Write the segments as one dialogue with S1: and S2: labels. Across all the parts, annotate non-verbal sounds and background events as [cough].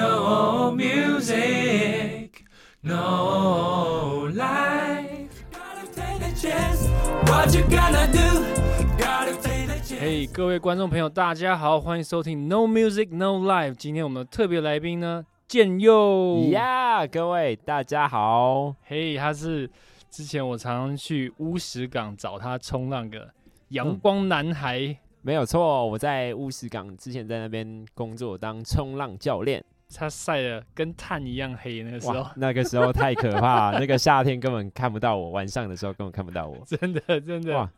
S1: No music, no life. Gotta take the chance. What you gonna do? Gotta take the chance.
S2: 嘿各位观众朋友，大家好，欢迎收听 No Music No Life。今天我们的特别来宾呢，建佑，
S3: 呀各位大家好，
S2: 嘿他是之前我常常去乌石港找他冲浪的
S3: 嗯
S2: 阳光男孩。
S3: 没有错，我在乌石港之前在那边工作，当冲浪教练。
S2: 他晒的跟炭一样黑，那个时候
S3: 哇，那个时候太可怕，那个夏天根本看不到我，晚上的时候根本看不到我。
S2: [laughs] 真的真的
S3: 哇，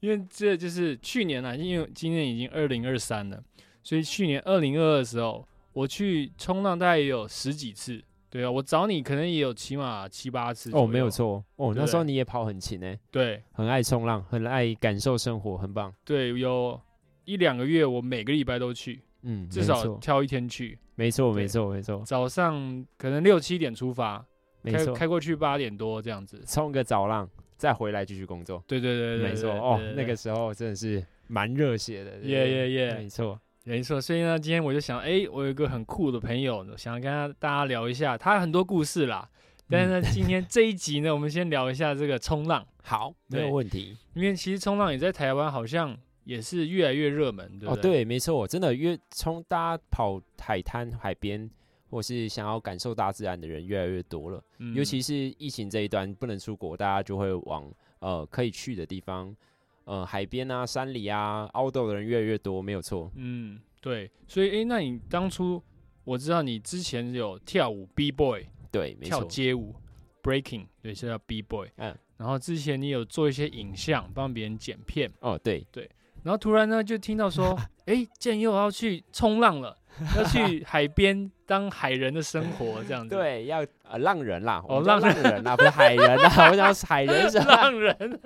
S2: 因为这就是去年啊，因为今年已经二零二三了，所以去年二零二二的时候，我去冲浪大概也有十几次，对啊，我找你可能也有起码七八次左
S3: 哦，
S2: 右
S3: 没有，错，哦，
S2: 对
S3: 那时候你也跑很勤诶、欸
S2: 对
S3: 很爱冲浪，很爱感受生活，很棒。
S2: 对，有一两个月我每个礼拜都去，
S3: 嗯，
S2: 至少挑一天去，
S3: 没错，
S2: 对
S3: 没错，没错，
S2: 早上可能六七点出发，
S3: 没
S2: 开
S3: 错，
S2: 开过去八点多这样子，
S3: 冲个早浪，再回来继续工作。
S2: 对对对对，
S3: 没错，
S2: 对
S3: 哦
S2: 对，
S3: 那
S2: 对
S3: 个时候真的是蛮热血的。对不
S2: 耶
S3: 对
S2: 耶耶，
S3: 没错，
S2: 没错，所以呢，今天我就想，哎、我有一个很酷的朋友，想要跟他大家聊一下，他很多故事啦。
S3: 嗯
S2: 但
S3: [laughs]
S2: 是呢，今天这一集呢，我们先聊一下这个冲浪，
S3: 好，没有
S2: 对
S3: 问题。
S2: 因为其实冲浪也在台湾好像也是越来越热门，对不
S3: 哦，
S2: 对？
S3: 对，没错，真的，因为从大家跑海滩、海边，或是想要感受大自然的人越来越多了，
S2: 嗯
S3: 尤其是疫情这一端不能出国，大家就会往呃可以去的地方，呃海边啊、山里啊、outdoor 的人越来越多，没有错。
S2: 嗯，对，所以哎、那你当初我知道你之前有跳舞 B boy，
S3: 对，没
S2: 跳
S3: 错，
S2: 街舞 breaking，对，是叫 B boy。
S3: 嗯，
S2: 然后之前你有做一些影像，帮别人剪片。
S3: 哦，对，
S2: 然后突然呢，就听到说，
S3: [laughs]
S2: 哎、建佑要去冲浪了，要去海边当海人的生活这样子。，
S3: 对，要呃浪人啦，
S2: 嗯哦
S3: 我们叫
S2: 浪
S3: 浪人啦，不是海人啦，我想是海
S2: [laughs]
S3: 人是吧？
S2: 浪人，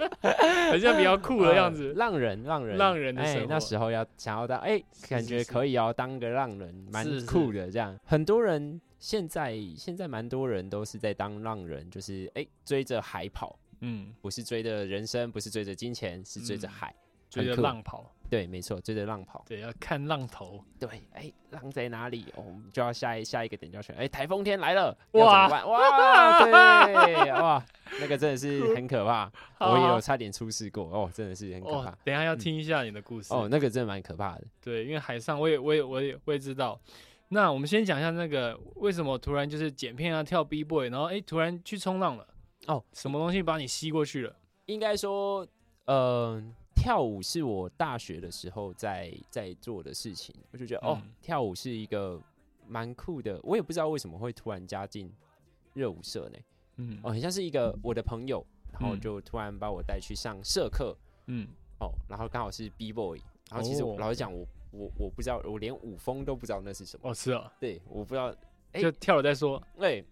S2: 好像比较酷的样子
S3: 呃。浪人，浪人，
S2: 浪人的
S3: 哎
S2: 生，
S3: 那
S2: 活
S3: 时候要想要当，哎，感
S2: 是
S3: 觉
S2: 是
S3: 可以哦，当个浪人，蛮
S2: 是是
S3: 酷的。这样，很多人现在现在蛮多人都是在当浪人，就是哎追着海跑，
S2: 嗯，
S3: 不是追着人生，不是追着金钱，是追着
S2: 嗯
S3: 海。
S2: 追着
S3: 很酷
S2: 浪跑，
S3: 对，没错，追着浪跑。
S2: 对，要看浪头。
S3: 对，哎，浪在哪里？哦，我们就要下一下一个点就选。哎，台风天来了，
S2: 哇
S3: 哇
S2: [laughs]
S3: 哇，对哇，那个真的是很可怕。我也有
S2: [laughs] 好
S3: 差点出事过哦，真的是很可
S2: 哦
S3: 怕，
S2: 等一下要
S3: 嗯
S2: 听一下你的故事。
S3: 哦，那个真的蛮可怕的。
S2: 对，因为海上我也我也我也我也知道。那我们先讲一下那个为什么突然就是剪片啊跳 B boy，然后哎、突然去冲浪了。
S3: 哦，
S2: 什么东西把你吸过去了？
S3: 应该说，呃，跳舞是我大学的时候在在做的事情，我就觉得、哦
S2: 嗯，
S3: 跳舞是一个蛮酷的。我也不知道为什么会突然加进热舞社呢？
S2: 嗯，
S3: 哦，很像是一个我的朋友，然后
S2: 嗯
S3: 就突然把我带去上社课，
S2: 嗯，
S3: 哦，然后刚好是 B boy，然后其实
S2: 哦
S3: 我老实讲，我我我不知道，我连舞风都不知道那是什么，
S2: 哦是啊，
S3: 对，我不知道，哎
S2: 就跳了再说。
S3: 哎、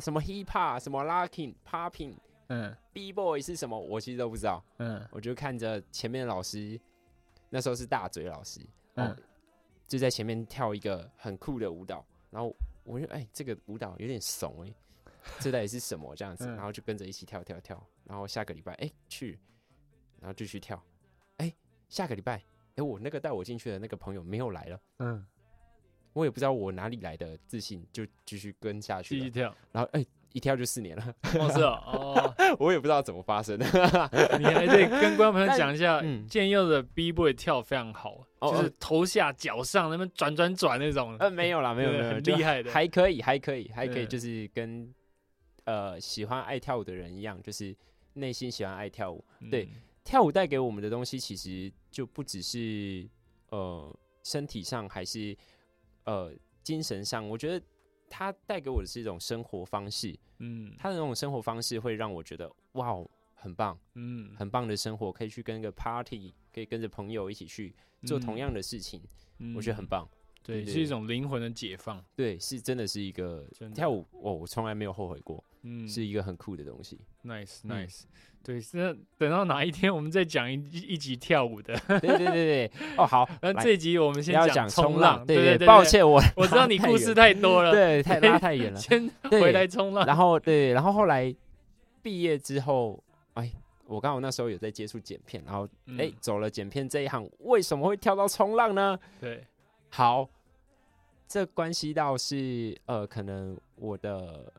S3: 什么 hip hop，什么 locking、popping、
S2: 嗯
S3: B boy 是什么，我其实都不知道。
S2: 嗯
S3: 我就看着前面的老师，那时候是大嘴老师，
S2: 嗯
S3: 哦，就在前面跳一个很酷的舞蹈，然后我就哎、这个舞蹈有点怂哎、这到底是什么这样子？
S2: 嗯
S3: 然后就跟着一起跳跳跳，然后下个礼拜哎、去，然后继续跳，哎、下个礼拜哎、我那个带我进去的那个朋友没有来了，
S2: 嗯，
S3: 我也不知道我哪里来的自信，就继续跟下
S2: 继
S3: 去
S2: 续
S3: 了，
S2: 跳。
S3: 然后哎、一跳就四年了， [laughs]
S2: 哦，是哦，
S3: 我也不知道怎么发生的。
S2: 哦，你还得跟观众朋友讲一下，
S3: 但嗯
S2: 建佑的 B boy 跳非常好，
S3: 哦
S2: 就是
S3: 哦
S2: 头下脚上那边转转转那种。
S3: 呃，没有啦，没有
S2: 对
S3: 没有，
S2: 很
S3: 就
S2: 厉害的
S3: 还可以，还可以，还可以，
S2: 嗯
S3: 就是跟呃喜欢爱跳舞的人一样，就是内心喜欢爱跳舞。
S2: 嗯
S3: 对，跳舞带给我们的东西，其实就不只是呃身体上，还是呃精神上。我觉得它带给我的是一种生活方式，
S2: 嗯
S3: 它的那种生活方式会让我觉得哇哦，很棒，
S2: 嗯，
S3: 很棒的生活，可以去跟个 party，可以跟着朋友一起去做同样的事情，
S2: 嗯，
S3: 我觉得很
S2: 嗯。
S3: 棒。对
S2: 对，
S3: 对
S2: 是一种灵魂的解放。
S3: 对，是真的是一个
S2: 真的
S3: 跳舞，我我从来没有后悔过，
S2: 嗯，
S3: 是一个很酷的
S2: [laughs]
S3: 东西。
S2: nice
S3: 嗯
S2: nice。对，那等到哪一天我们再讲一一一集跳舞
S3: [laughs]
S2: 的。
S3: 对对对对，
S2: [laughs]
S3: 哦好，
S2: 那
S3: 来
S2: 呃这一集我们先
S3: 要
S2: 讲
S3: 讲
S2: 冲
S3: 冲
S2: 浪。
S3: 对
S2: 对
S3: 对，抱，歉我
S2: 我知道你
S3: [laughs] 拉太
S2: 故事呃
S3: 远
S2: 太多 [laughs] 了，
S3: 对太拉太远了。
S2: 先
S3: 对
S2: 回来冲浪。
S3: 然后对，然后后来毕业之后，哎，我刚好那时候有在接触剪片，然后
S2: 嗯
S3: 哎走了剪片这一行，为什么会跳到冲浪呢？
S2: 对，
S3: 好，这关系到是呃，可能我的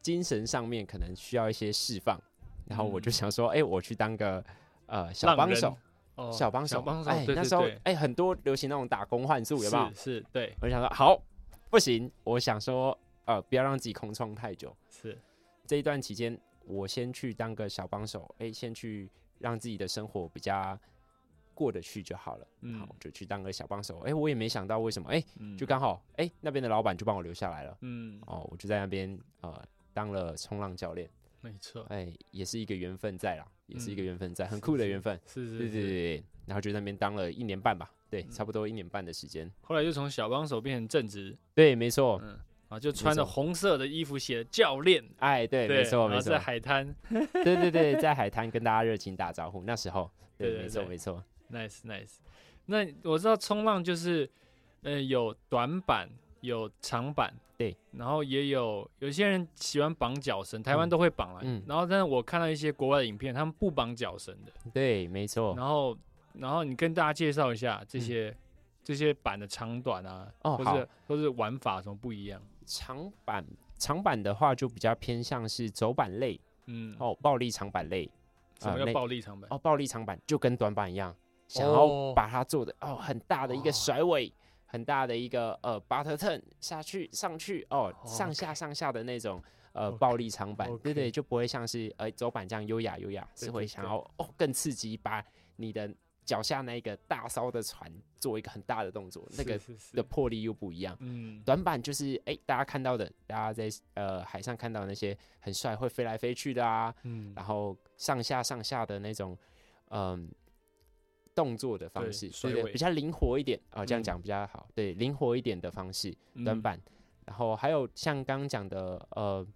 S3: 精神上面可能需要一些释放，然后我就
S2: 嗯
S3: 想说，哎、我去当个呃小
S2: 浪
S3: 帮
S2: 人
S3: 手，
S2: 哦
S3: 小帮手，
S2: 小帮手，
S3: 哎、
S2: 对
S3: 那
S2: 对
S3: 时候
S2: 对
S3: 哎、很多流行那种打工换宿，有没有
S2: 是？是，对
S3: 我就想说，好，不行，我想说，呃，不要让自己空窗太久。
S2: 是，
S3: 这一段期间，我先去当个小帮手，哎、先去让自己的生活比较过得去就好了。
S2: 嗯
S3: 好，就去当个小帮手。哎、我也没想到为什么，哎、
S2: 嗯，
S3: 就刚好，哎、那边的老板就帮我留下来了。
S2: 嗯，
S3: 哦，我就在那边呃当了冲浪教练，
S2: 没错，
S3: 哎、也是一个缘分在啦，也是一个
S2: 嗯
S3: 缘分在，很酷的缘分。
S2: 是
S3: 对
S2: 是
S3: 对
S2: 是，
S3: 对，然后就在那边当了一年半吧，对，
S2: 嗯
S3: 差不多一年半的时间。
S2: 后来就从小帮手变成正职，
S3: 对，没错，
S2: 嗯，啊，就穿着
S3: 错
S2: 红色的衣服写教练，
S3: 哎，对，
S2: 对，
S3: 没错，
S2: 然后
S3: 没
S2: 在
S3: 错，
S2: 海滩
S3: 对对对，在海滩跟大家热情打招呼，那时候，
S2: 对
S3: 对，
S2: 对
S3: 没错
S2: 对
S3: 没错，
S2: ，nice nice。那我知道冲浪就是，呃，有短板，有长板，
S3: 对，
S2: 然后也有有些人喜欢绑脚绳，台湾
S3: 嗯
S2: 都会绑来，
S3: 嗯
S2: 然后但是我看到一些国外的影片，他们不绑脚绳的，
S3: 对，没错。
S2: 然后然后你跟大家介绍一下这些、这些板的长短啊，
S3: 嗯哦
S2: 或
S3: 好
S2: 是或是玩法什么不一样，
S3: 长板长板的话，就比较偏向是走板类
S2: 嗯，
S3: 哦，暴力长板类
S2: 什么
S3: 呃
S2: 叫
S3: 那
S2: 暴力长板？
S3: 哦，暴力长板就跟短板一样，想
S2: 哦
S3: 要把它做的哦很大的一
S2: 哦
S3: 个甩尾，很大的一个呃 butter turn 下去上去哦，
S2: 哦
S3: 上下上下的那种。呃，
S2: OK，
S3: 暴力长板，对
S2: OK
S3: 对，就不会像是呃走板这样优雅优雅，
S2: 对
S3: 是
S2: 对
S3: 会想要哦更刺激，把你的脚下那一个大艘的船做一个很大的动作，那个
S2: 是是是，
S3: 的魄力又不一样。
S2: 嗯，
S3: 短板就是哎、大家看到的，大家在呃海上看到的那些很帅会飞来飞去的啊，
S2: 嗯
S3: 然后上下上下的那种，嗯，动作的方
S2: 对
S3: 式，
S2: 甩
S3: 对
S2: 尾
S3: 对，比较灵活一点啊、这样
S2: 嗯
S3: 讲比较好，对，灵活一点的方式，短
S2: 嗯
S3: 板，然后还有像刚刚讲的，呃，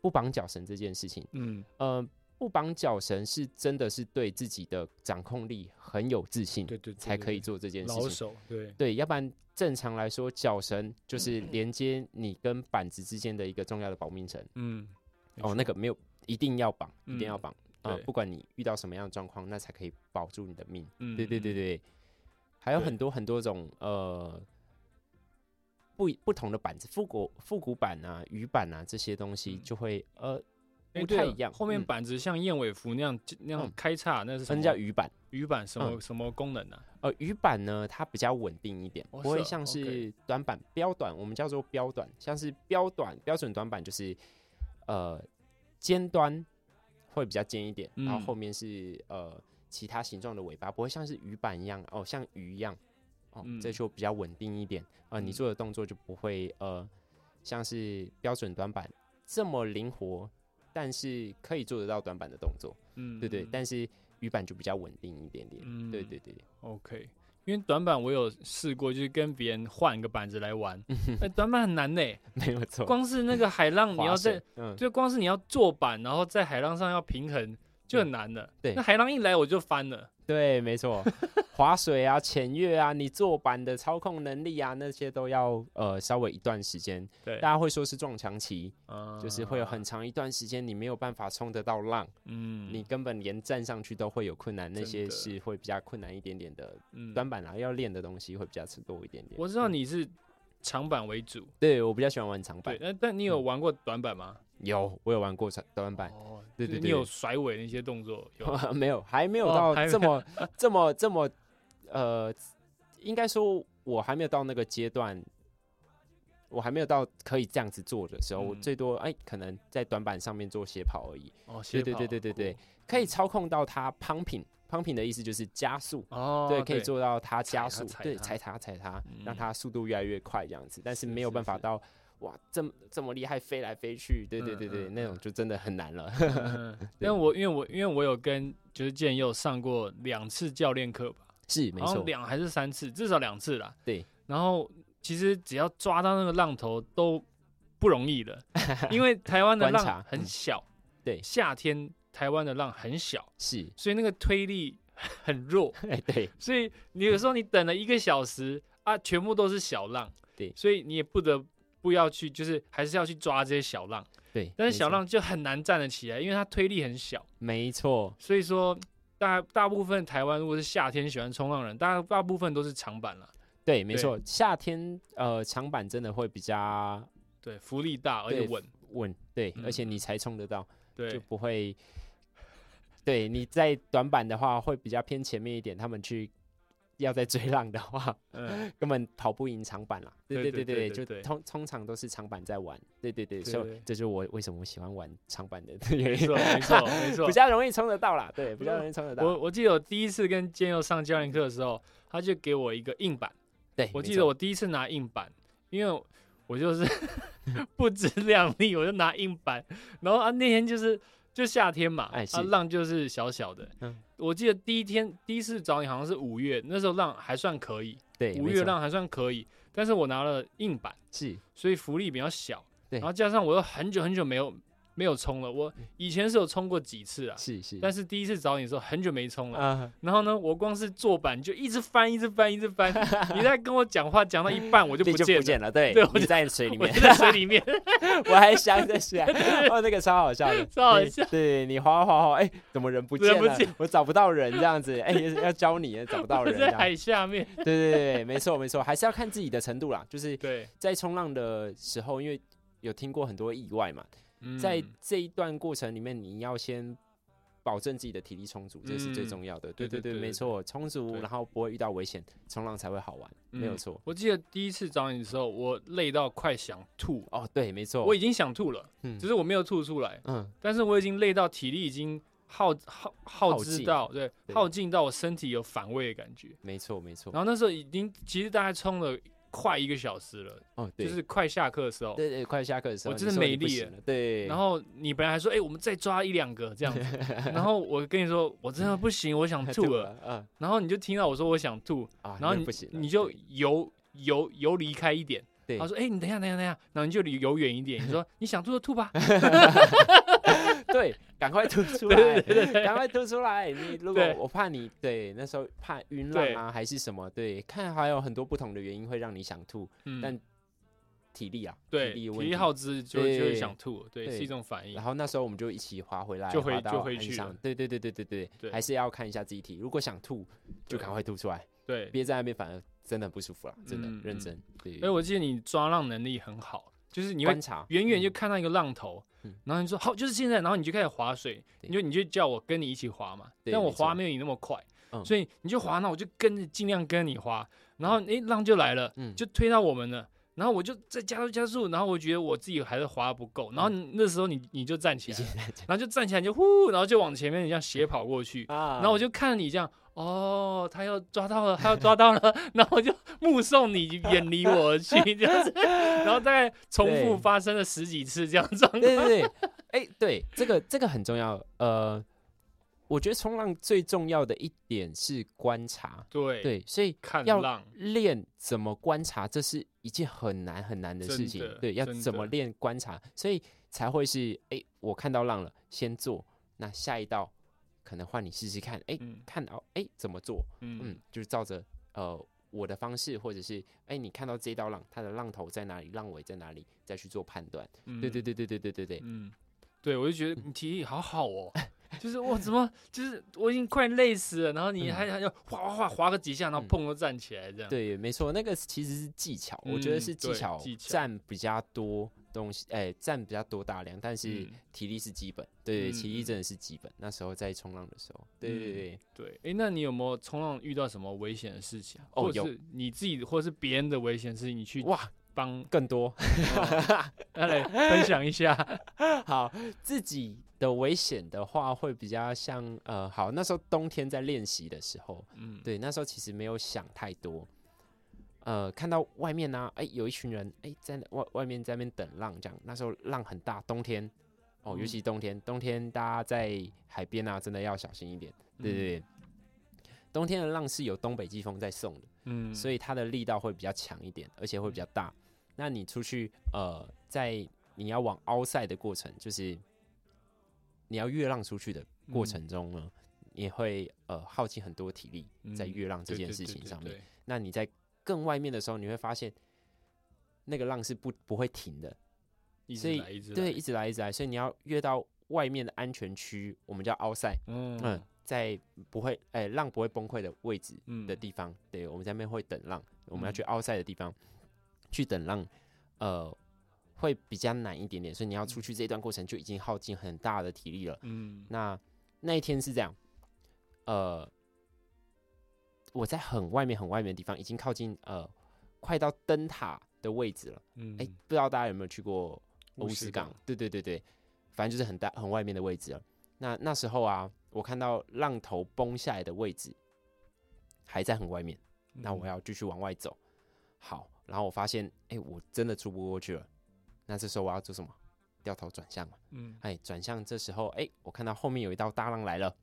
S3: 不绑脚绳这件事情，
S2: 嗯，
S3: 呃，不绑脚绳是真的是对自己的掌控力很有自信，
S2: 对对，对
S3: 才
S2: 对
S3: 可以
S2: 对
S3: 做这件事
S2: 老
S3: 情，
S2: 手，对，
S3: 对，要不然正常来说，脚绳就是连接你跟板子之间的一个重要的保命绳。
S2: 嗯，没
S3: 哦，那
S2: 错
S3: 个没有，一定要绑，一定要
S2: 嗯
S3: 绑啊、
S2: 对
S3: 不管你遇到什么样的状况，那才可以保住你的命。
S2: 嗯，
S3: 对对对
S2: 嗯，
S3: 对，还有
S2: 对
S3: 很多很多种呃不一不同的板子，复古复古板啊、鱼板啊这些东西
S2: 嗯
S3: 就会呃
S2: 哎
S3: 不
S2: 对
S3: 太
S2: 了
S3: 一样
S2: 后面
S3: 嗯
S2: 板子像燕尾服那样那样
S3: 嗯
S2: 开叉，那是什
S3: 分
S2: 么？
S3: 叫鱼板。
S2: 鱼板什么
S3: 嗯
S2: 什么功能啊呢？
S3: 呃，鱼板呢，它比较稳定一点，
S2: 哦
S3: 不
S2: 是
S3: 会
S2: 哦
S3: 像
S2: ，OK
S3: 是短板、标短，我们叫做标短，像是标短标准短板就是呃尖端会比较尖一点，然后
S2: 嗯
S3: 后面是呃其他形状的尾巴，不会像是鱼板一样哦，像鱼一样哦，这
S2: 嗯
S3: 就比较稳定一点啊、呃你
S2: 嗯
S3: 做的动作就不会呃像是标准短板这么灵活，但是可以做得到短板的动作，
S2: 嗯，
S3: 对对，
S2: 嗯
S3: 但是鱼板就比较稳定一点点，
S2: 嗯
S3: 对对对。
S2: OK，因为短板我有试过，就是跟别人换一个板子来
S3: [laughs]
S2: 玩，哎，短板很难呢， [laughs]
S3: 没有错，
S2: 光是那个海浪你
S3: 滑
S2: 要
S3: 水
S2: 在，
S3: 嗯，
S2: 就光是你要坐板，然后在海浪上要平衡就很难了。
S3: 对
S2: 那海浪一来我就翻了。
S3: 对，没错，划水啊、潜跃啊、你坐板的操控能力啊，那些都要呃稍微一段时间。
S2: 对
S3: 大，家会说是撞墙期，
S2: 啊
S3: 就是会有很长一段时间你没有办法冲得到浪，
S2: 嗯，
S3: 你根本连站上去都会有困难，那
S2: 真
S3: 些
S2: 的
S3: 是会比较困难一点点的。
S2: 嗯
S3: 短板啊，要练的东西会比较多一点点。
S2: 我知道
S3: 嗯，
S2: 你是长板为主，
S3: 对我比较喜欢玩长
S2: 对
S3: 板，，嗯
S2: 那但你有玩过短板吗？
S3: 有我有玩过长短板，
S2: 哦，
S3: 对
S2: 就是
S3: 对
S2: 你
S3: 对
S2: 有甩尾那些动作，
S3: [laughs]
S2: 有
S3: 没有，还没有
S2: 哦
S3: 到
S2: 还没
S3: 这么、 [laughs] 这么这么呃，应该说我还没有到那个阶段，我还没有到可以这样子做的时候，我
S2: 嗯
S3: 最多哎可能在短板上面做斜跑而已，
S2: 哦，斜
S3: 对对
S2: 跑
S3: 对对对对
S2: 酷，
S3: 可以操控到它 pumping pumping 的意思就是加速。
S2: 哦，
S3: 对，可以做到它
S2: 踩它
S3: 加速，
S2: 踩
S3: 对，
S2: 它
S3: 踩它踩它，
S2: 嗯
S3: 让它速度越来越快这样子，但是
S2: 是
S3: 没有
S2: 是
S3: 办法
S2: 是
S3: 到哇这么这么厉害飞来飞去，对
S2: 嗯
S3: 对对对，
S2: 嗯
S3: 那
S2: 嗯
S3: 种就真的很难了。 [laughs]
S2: 嗯。嗯但我因为我因为我有跟就是健佑上过两次教练课吧，
S3: 是没
S2: 好
S3: 错
S2: 像，两还是三次，至少两次啦。
S3: 对，
S2: 然后其实只要抓到那个浪头都不容易
S3: [laughs]
S2: 的，因为台湾的
S3: 观察
S2: 浪很
S3: 嗯
S2: 小，
S3: 对
S2: 夏天台湾的浪很小，
S3: 是， [laughs]
S2: 所以那个推力很弱，
S3: 哎对，
S2: 所以你有时候你等了一个小时啊，全部都是小浪，
S3: 对
S2: 所以你也不得不要去，就是还是要去抓这些小浪，
S3: 对，
S2: 但
S3: 没
S2: 是小
S3: 错
S2: 浪就很难站得起来，因为它推力很小，
S3: 没错，
S2: 所以说大大部分台湾如果是夏天喜欢冲浪的人，大大部分都是长板了，
S3: 对，没错，夏天呃长板真的会比较
S2: 对，浮力大而且
S3: 对
S2: 稳，
S3: 稳，对，
S2: 嗯
S3: 而且你才冲得到，就
S2: 对
S3: 不会。对，你在短板的话会比较偏前面一点，他们去要在追浪的话，
S2: 嗯，
S3: 根本跑不赢长板啦。对
S2: 对
S3: 对
S2: 对
S3: 对
S2: 对对
S3: 就通通常都是长板在玩。对对对，
S2: 对
S3: 所
S2: 对
S3: 以这就是我为什么我喜欢玩长板的 [laughs] 原
S2: 没
S3: 因
S2: 错，没错，没错
S3: [laughs] 比。较容易冲得到啦。对，比
S2: 我
S3: 较容易冲得到。
S2: 我我记得我第一次跟坚佑上教练课的时候，他就给我一个硬板，
S3: 对，
S2: 我
S3: 没
S2: 记
S3: 错
S2: 得我第一次拿硬板，因为我就是 [laughs] 不知量力，我就拿硬板，然后啊那天就是就夏天嘛，
S3: 哎
S2: 啊
S3: 是
S2: 浪就是小小的，
S3: 嗯
S2: 我记得第一天第一次找你好像是五月，那时候浪还算可以，
S3: 对
S2: 五
S3: 没
S2: 月
S3: 错
S2: 浪还算可以，但是我拿了硬板，
S3: 是
S2: 所以浮力比较小，
S3: 对嗯
S2: 然后加上我又很久很久没有没有冲了，我以前是有冲过几次啊，
S3: 是是，
S2: 但是第一次找你的时候很久没冲了。
S3: 啊，
S2: 然后呢，我光是坐板就一直翻，一直翻，一直
S3: [laughs]
S2: 翻。你在跟我讲话讲到一半，我就
S3: 这
S2: 不
S3: 就
S2: 见
S3: 不
S2: 了，
S3: 见了。对
S2: 对我
S3: 你
S2: 就
S3: 在水
S2: [laughs]
S3: 里
S2: 我
S3: 面，
S2: 就在水里面。
S3: 我还想着想，
S2: [laughs]
S3: 哦，那个超好笑的，
S2: 超 [laughs] 好
S3: 对
S2: 笑
S3: 对你滑滑滑，哎，怎么人不
S2: 人
S3: 见
S2: 不
S3: 了
S2: 见？
S3: 我找不到人这样子，哎，要教你找不到
S2: 我
S3: 人
S2: [laughs]
S3: 这
S2: 在
S3: 样。
S2: 海下面。
S3: 对对对，对没错没错，还是要看自己的程度啦。就是
S2: 对，
S3: 在冲浪的时候，因为有听过很多意外嘛，
S2: 嗯
S3: 在这一段过程里面，你要先保证自己的体力充足，这是最
S2: 嗯
S3: 重要的。
S2: 对
S3: 对
S2: 对
S3: 对
S2: 对对
S3: 对，没错，充足，
S2: 对
S3: 然后不会遇到危险，冲浪才会好玩，没有。
S2: 嗯
S3: 错。
S2: 我记得第一次找你的时候，我累到快想吐，
S3: 哦，对，没错
S2: 我，已经想吐了，
S3: 嗯
S2: 只是我没有吐出来，
S3: 嗯，
S2: 但是我已经累到体力已经耗耗耗
S3: 耗
S2: 资
S3: 尽
S2: 到，对，
S3: 对哦
S2: 耗尽到我身体有反胃的感觉。
S3: 没错没错
S2: 然。后那时候已经其实大概冲了快一个小时了，
S3: 哦，对
S2: 就，是快下课的时候。
S3: 对对，快下课的时候，
S2: 我
S3: 你
S2: 真的
S3: 说
S2: 没
S3: 你不
S2: 力
S3: 行
S2: 了
S3: 了。对， [laughs]
S2: 然后你本来还说，哎、我们再抓一两个这样子，然后我跟你说，我真的不行，我想
S3: [laughs]
S2: 吐了。，
S3: 嗯
S2: 然后你就听到我说我想吐，
S3: 啊，
S2: 然后
S3: 那
S2: 你
S3: 不行了，
S2: 你就
S3: 对
S2: 游游游离开一点。
S3: 对
S2: 他说，哎、你等一下，等一下，等一下，然后你就离游远一
S3: [laughs]
S2: 点。你说你想吐就吐吧，
S3: [laughs] 对，赶快
S2: [laughs]
S3: 吐出来，赶快吐出来。你如果
S2: 对
S3: 我怕你对那时候怕晕
S2: 对
S3: 浪啊，还是什么？对，看还有很多不同的原因会让你想吐，
S2: 嗯，
S3: 但体力啊，
S2: 对
S3: 体力
S2: 体
S3: 的问
S2: 力
S3: 题。
S2: 耗资就会就会
S3: 对
S2: 想吐，对，
S3: 对
S2: 是一种反应
S3: 然。后那时候我们就一起滑回来，
S2: 就回
S3: 滑到
S2: 就回
S3: 岸
S2: 去
S3: 上
S2: 了
S3: 对对对对对对，
S2: 对
S3: 还是要看一下自己体力。如果想吐，就
S2: 对
S3: 赶快吐出来，
S2: 对，
S3: 憋在那边反而真的很不舒服了，真的
S2: 嗯
S3: 认
S2: 嗯
S3: 真。对
S2: 所以，我记得你抓浪能力很好，就是你会
S3: 观察
S2: 远远就
S3: 嗯
S2: 看到一个浪头，
S3: 嗯
S2: 然后你说好，就是现在，然后你就开始划水，
S3: 对
S2: 你就你就叫我跟你一起划嘛，
S3: 对
S2: 但我
S3: 没错
S2: 划没有你那么快，
S3: 嗯
S2: 所以你就划，那我就跟着尽量跟你划，然后诶浪就来了，
S3: 嗯
S2: 就推到我们了。然后我就再加速加速，然后我觉得我自己还是划得不够，然后你那时候你你就站起
S3: 嗯 [laughs] 一
S2: 来
S3: 起
S2: 了，
S3: 来讲
S2: 然后就站起来你就呼，然后就往前面这样斜跑过去，
S3: 啊，
S2: 然后我就看你这样，哦，他要抓到了，他要抓到了， [laughs] 然后我就目送你远离我而去，这
S3: [laughs]
S2: 样子，然后大概重复
S3: 对
S2: 发生了十几次这样状况。
S3: 对对对，哎、对，这个这个很重要。呃，我觉得冲浪最重要的一点是观察，
S2: 对，
S3: 对，所以
S2: 看
S3: 要
S2: 浪，
S3: 练怎么观察，这是一件很难很难的
S2: 真
S3: 事情
S2: 的。
S3: 对，要
S2: 真
S3: 怎么
S2: 的
S3: 练观察，所以才会是哎、我看到浪了，先做，那下一道可能换你试试看，哎、
S2: 嗯
S3: 看到哎、怎么做，嗯
S2: 嗯，，
S3: 就是照着呃我的方式，或者是哎、你看到这道浪，它的浪头在哪里，浪尾在哪里，再去做判断。
S2: 嗯
S3: 对对，嗯对对对对对对，
S2: 嗯，对我就觉得你体力好好
S3: [laughs]
S2: 哦。就是我怎么就是我已经快累死了，然后你
S3: 嗯
S2: 还还要划划划划个几下，然后
S3: 嗯
S2: 砰就站起来这样。
S3: 对，没错，那个其实是技巧，我
S2: 嗯
S3: 觉得是技
S2: 对
S3: 巧
S2: 技巧
S3: 占比较多东西，哎、占比较多大量，但是
S2: 嗯
S3: 体力是基本，对，
S2: 嗯
S3: 体力
S2: 嗯
S3: 真的是基本。那时候在冲浪的时候，对对
S2: 嗯
S3: 对，
S2: 对，哎，那你有没有冲浪遇到什么危险的事情啊？
S3: 哦
S2: 或者
S3: 有
S2: 是你自己或是别人的危险事情，你去
S3: 哇，
S2: 帮
S3: 更多。
S2: 那来分享一下。
S3: [laughs] 好，自己的危险的话会比较像，呃，好，那时候冬天在练习的时候，
S2: 嗯，
S3: 对，那时候其实没有想太多。呃，看到外面呢、哎、有一群人，哎、在那外外面在那边等浪，这样。那时候浪很大，冬天，哦，
S2: 嗯
S3: 尤其冬天，冬天大家在海边啊，真的要小心一点。对对
S2: 嗯
S3: 对，冬天的浪是有东北季风在送的，
S2: 嗯，
S3: 所以它的力道会比较强一点，而且会比较大。那你出去，呃，在你要往凹赛的过程，就是你要越浪出去的
S2: 嗯
S3: 过程中呢，也会呃耗尽很多体力。
S2: 嗯
S3: 在月浪这
S2: 对
S3: 件
S2: 对
S3: 事
S2: 对
S3: 情
S2: 对
S3: 上面
S2: 对
S3: 那你在更外面的时候，你会发现那个浪是不不会停的，
S2: 一
S3: 所
S2: 直
S3: 以
S2: 来一直
S3: 对，
S2: 来
S3: 一直来一直来，所以你要越到外面的安全区，我们叫凹赛，
S2: 嗯
S3: 嗯，在不会哎、浪不会崩溃的位置
S2: 嗯
S3: 的地方，对，我们在那边会等浪，我们要
S2: 嗯
S3: 去 outside 的地方去等浪，呃，会比较难一点点，所以你要出去这一段过程就已经耗尽很大的体力了。
S2: 嗯
S3: 那那一天是这样，呃，我在很外面很外面的地方，已经靠近呃快到灯塔的位置了。
S2: 嗯，
S3: 哎、不知道大家有没有去过
S2: 乌
S3: 乌
S2: 石
S3: 石港
S2: 港？
S3: 对对对对，反正就是很大很外面的位置了。那那时候啊，我看到浪头崩下来的位置还在很外面，那我
S2: 要
S3: 要继续往外走。好，然后我发现，哎、我真的出不过去了。那这时候我要做什么？掉头转向嘛。
S2: 嗯
S3: 哎，转向这时候，哎，我看到后面有一道大浪来了，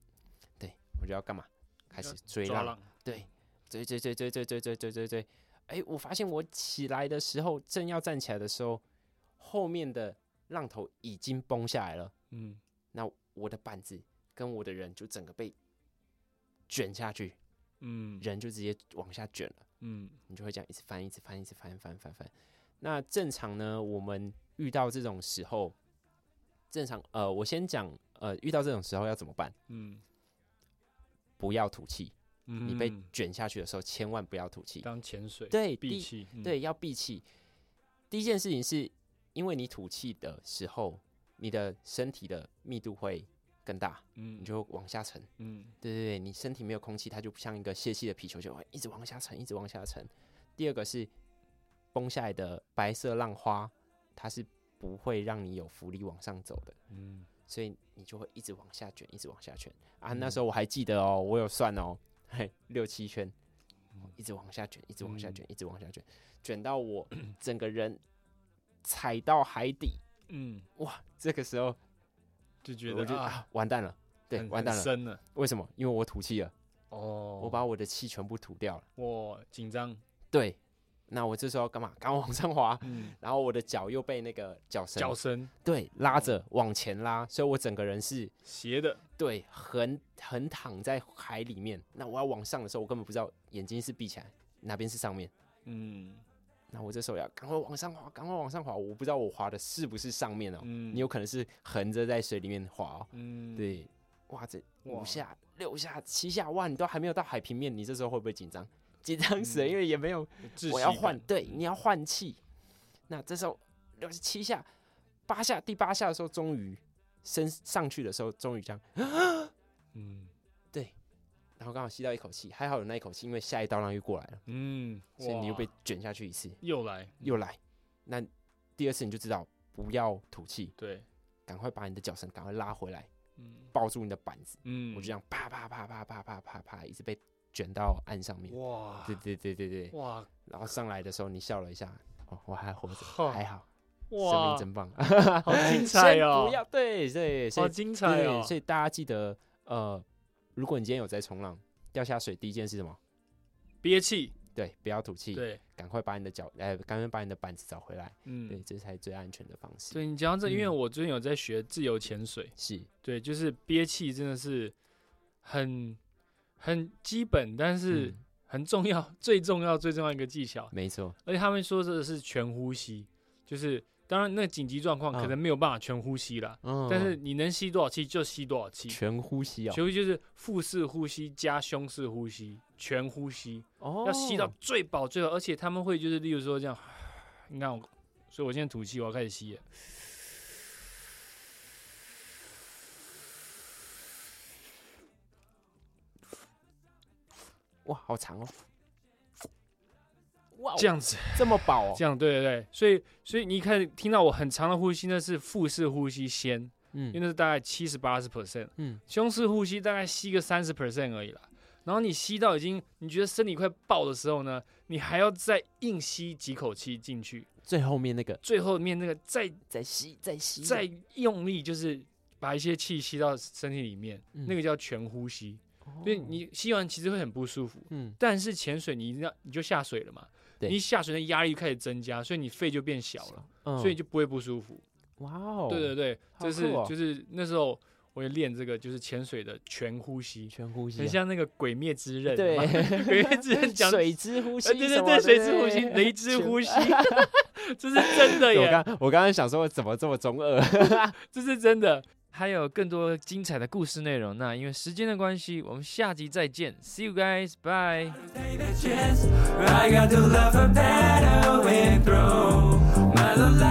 S3: 对我就要干嘛？开始追
S2: 抓
S3: 浪，
S2: 浪，
S3: 对，追追追追追追追追追追。哎，我发现我起来的时候，正要站起来的时候，后面的浪头已经崩下来了，
S2: 嗯
S3: 那我的板子跟我的人就整个被卷下去，
S2: 嗯
S3: 人就直接往下卷了。
S2: 嗯
S3: 你就会这样一直翻，一直翻，一直翻，翻翻翻。那正常呢，我们遇到这种时候，正常呃，我先讲呃，遇到这种时候要怎么办？
S2: 嗯，
S3: 不要吐气，
S2: 你
S3: 你被卷下去的时候，千万不要吐气。
S2: 嗯当潜水
S3: 对，
S2: 闭
S3: 第
S2: 气，嗯，
S3: 对要闭气。第一件事情是，因为你吐气的时候，你的身体的密度会更大，
S2: 嗯，
S3: 你就往下沉。
S2: 嗯
S3: 对对对，你身体没有空气，它就像一个泄气的皮球，就会一直往下沉，一直往下沉。第二个是崩下来的白色浪花，它是不会让你有浮力往上走的，
S2: 嗯
S3: 所以你就会一直往下卷，一直往下卷啊。那时候我还记得哦，我有算哦，嘿，六七圈，
S2: 嗯
S3: 一直往下卷，一直往下卷，一直往下卷，卷到我整个人踩到海底。
S2: 嗯，
S3: 哇，这个时候
S2: 就觉
S3: 我就
S2: 得啊，
S3: 完蛋了，对，
S2: 很
S3: 完蛋
S2: 很
S3: 了。
S2: 深了
S3: 为什么？因为我吐气了，
S2: 哦，
S3: 我把我的气全部吐掉了。
S2: 我紧张，
S3: 对，那我这时候干嘛？赶快往上滑，
S2: 嗯，
S3: 然后我的脚又被那个脚绳
S2: 脚绳
S3: 对拉着往前拉，所以我整个人是
S2: 斜的，
S3: 对横横躺在海里面。那我要往上的时候，我根本不知道眼睛是闭起来，哪边是上面。
S2: 嗯
S3: 那我这时候要赶快往上滑，赶快往上滑，我不知道我滑的是不是上面哦，
S2: 嗯，
S3: 你有可能是横着在水里面滑哦。
S2: 嗯，
S3: 对，哇，这
S2: 哇
S3: 五下、六下、七下，哇，你都还没有到海平面，你这时候会不会紧张？紧张死了，因为也没有
S2: 嗯窒
S3: 我要
S2: 息
S3: 换，
S2: 感，
S3: 对，你要换气。那这时候六十七下、八下，第八下的时候，终于升上去的时候，终于这样，
S2: 嗯
S3: 然后刚好吸到一口气，还好有那一口气，因为下一道浪又过来了，
S2: 嗯，
S3: 所以你又
S2: 哇
S3: 被卷下去一次，
S2: 又来，
S3: 又来。那第二次你就知道不要吐气，
S2: 对，
S3: 赶快把你的脚绳赶快拉回来，
S2: 嗯
S3: 抱住你的板子，
S2: 嗯，
S3: 我就这样啪啪啪啪啪啪啪啪，一直被卷到岸上面。
S2: 哇
S3: 对对对对对，
S2: 哇
S3: 然后上来的时候你笑了一下，哦，我还活着，
S2: 哈
S3: 还好，生命
S2: 哇，
S3: 真棒。
S2: 好精彩
S3: 先
S2: 哦
S3: 不，要对对，所
S2: 好
S3: 以
S2: 精彩
S3: 对，
S2: 哦，
S3: 所以大家记得，呃，如果你今天有在冲浪，掉下水第一件是什么？
S2: 憋气，
S3: 对，不要吐气，
S2: 对，
S3: 赶快把你的脚，哎，赶快把你的板子找回来，对，
S2: 嗯，
S3: 这才是最安全的方式。
S2: 对你讲到这，因为
S3: 嗯
S2: 我最近有在学自由潜水，
S3: 是，
S2: 对，就是憋气真的是很很基本，但是
S3: 嗯
S2: 很重要， [laughs] 最重要最重要一个技巧。
S3: 没错，
S2: 而且他们说的是全呼吸，就是当然那紧急状况可
S3: 嗯
S2: 能没有办法全呼吸啦，
S3: 嗯
S2: 但是你能吸多少气就吸多少气。
S3: 全呼吸哦，
S2: 全呼吸就是腹式呼吸加胸式呼吸，全呼吸
S3: 哦
S2: 要吸到最饱最饱，而且他们会就是例如说这样，你看我，所以我现在吐气，我要开始吸了。
S3: 哇，好长哦，哇，
S2: 这样子，
S3: 这么饱哦，
S2: 这样对对对，所以所以你一开始听到我很长的呼吸，那是腹式呼吸先，因为
S3: 嗯
S2: 那是大概七十八十 percent，
S3: 嗯，
S2: 胸式呼吸大概吸个三十 percent 而已啦。然后你吸到已经你觉得身体快爆的时候呢，你还要再硬吸几口气进去，
S3: 最后面那个
S2: 最后面那个再
S3: 再吸再吸
S2: 再用力，就是把一些气吸到身体里面，
S3: 嗯
S2: 那个叫全呼吸。所以，
S3: 哦
S2: 你吸完其实会很不舒服，
S3: 嗯，
S2: 但是潜水你一定要你就下水了嘛，
S3: 对
S2: 你一下水的压力就开始增加，所以你肺就变小了，所以你
S3: 就
S2: 就不会不舒服。
S3: 哦哇嗯哦，
S2: 对对对，
S3: 好
S2: 这是
S3: 酷哦
S2: 就是那时候我也练这个，就是潜水的全呼吸，
S3: 全呼吸
S2: 很
S3: 哦， [laughs]
S2: 像那个《鬼灭之刃》
S3: 对
S2: 嘛，《 [laughs] 鬼灭之刃》讲
S3: 水之呼吸
S2: 呃
S3: 什
S2: 对
S3: 么
S2: 对对，
S3: 的，
S2: 水之
S3: [laughs]
S2: 呼吸、雷之
S3: 全
S2: 呼吸，这是真的
S3: 对我
S2: 耶，
S3: 刚我刚刚想说，怎么这么中二？
S2: [laughs] 这是真的。还有更多精彩的故事内容。那因为时间的关系，我们下集再见，See you guys，bye。
S1: Take a chance. I got to love her better way through. My love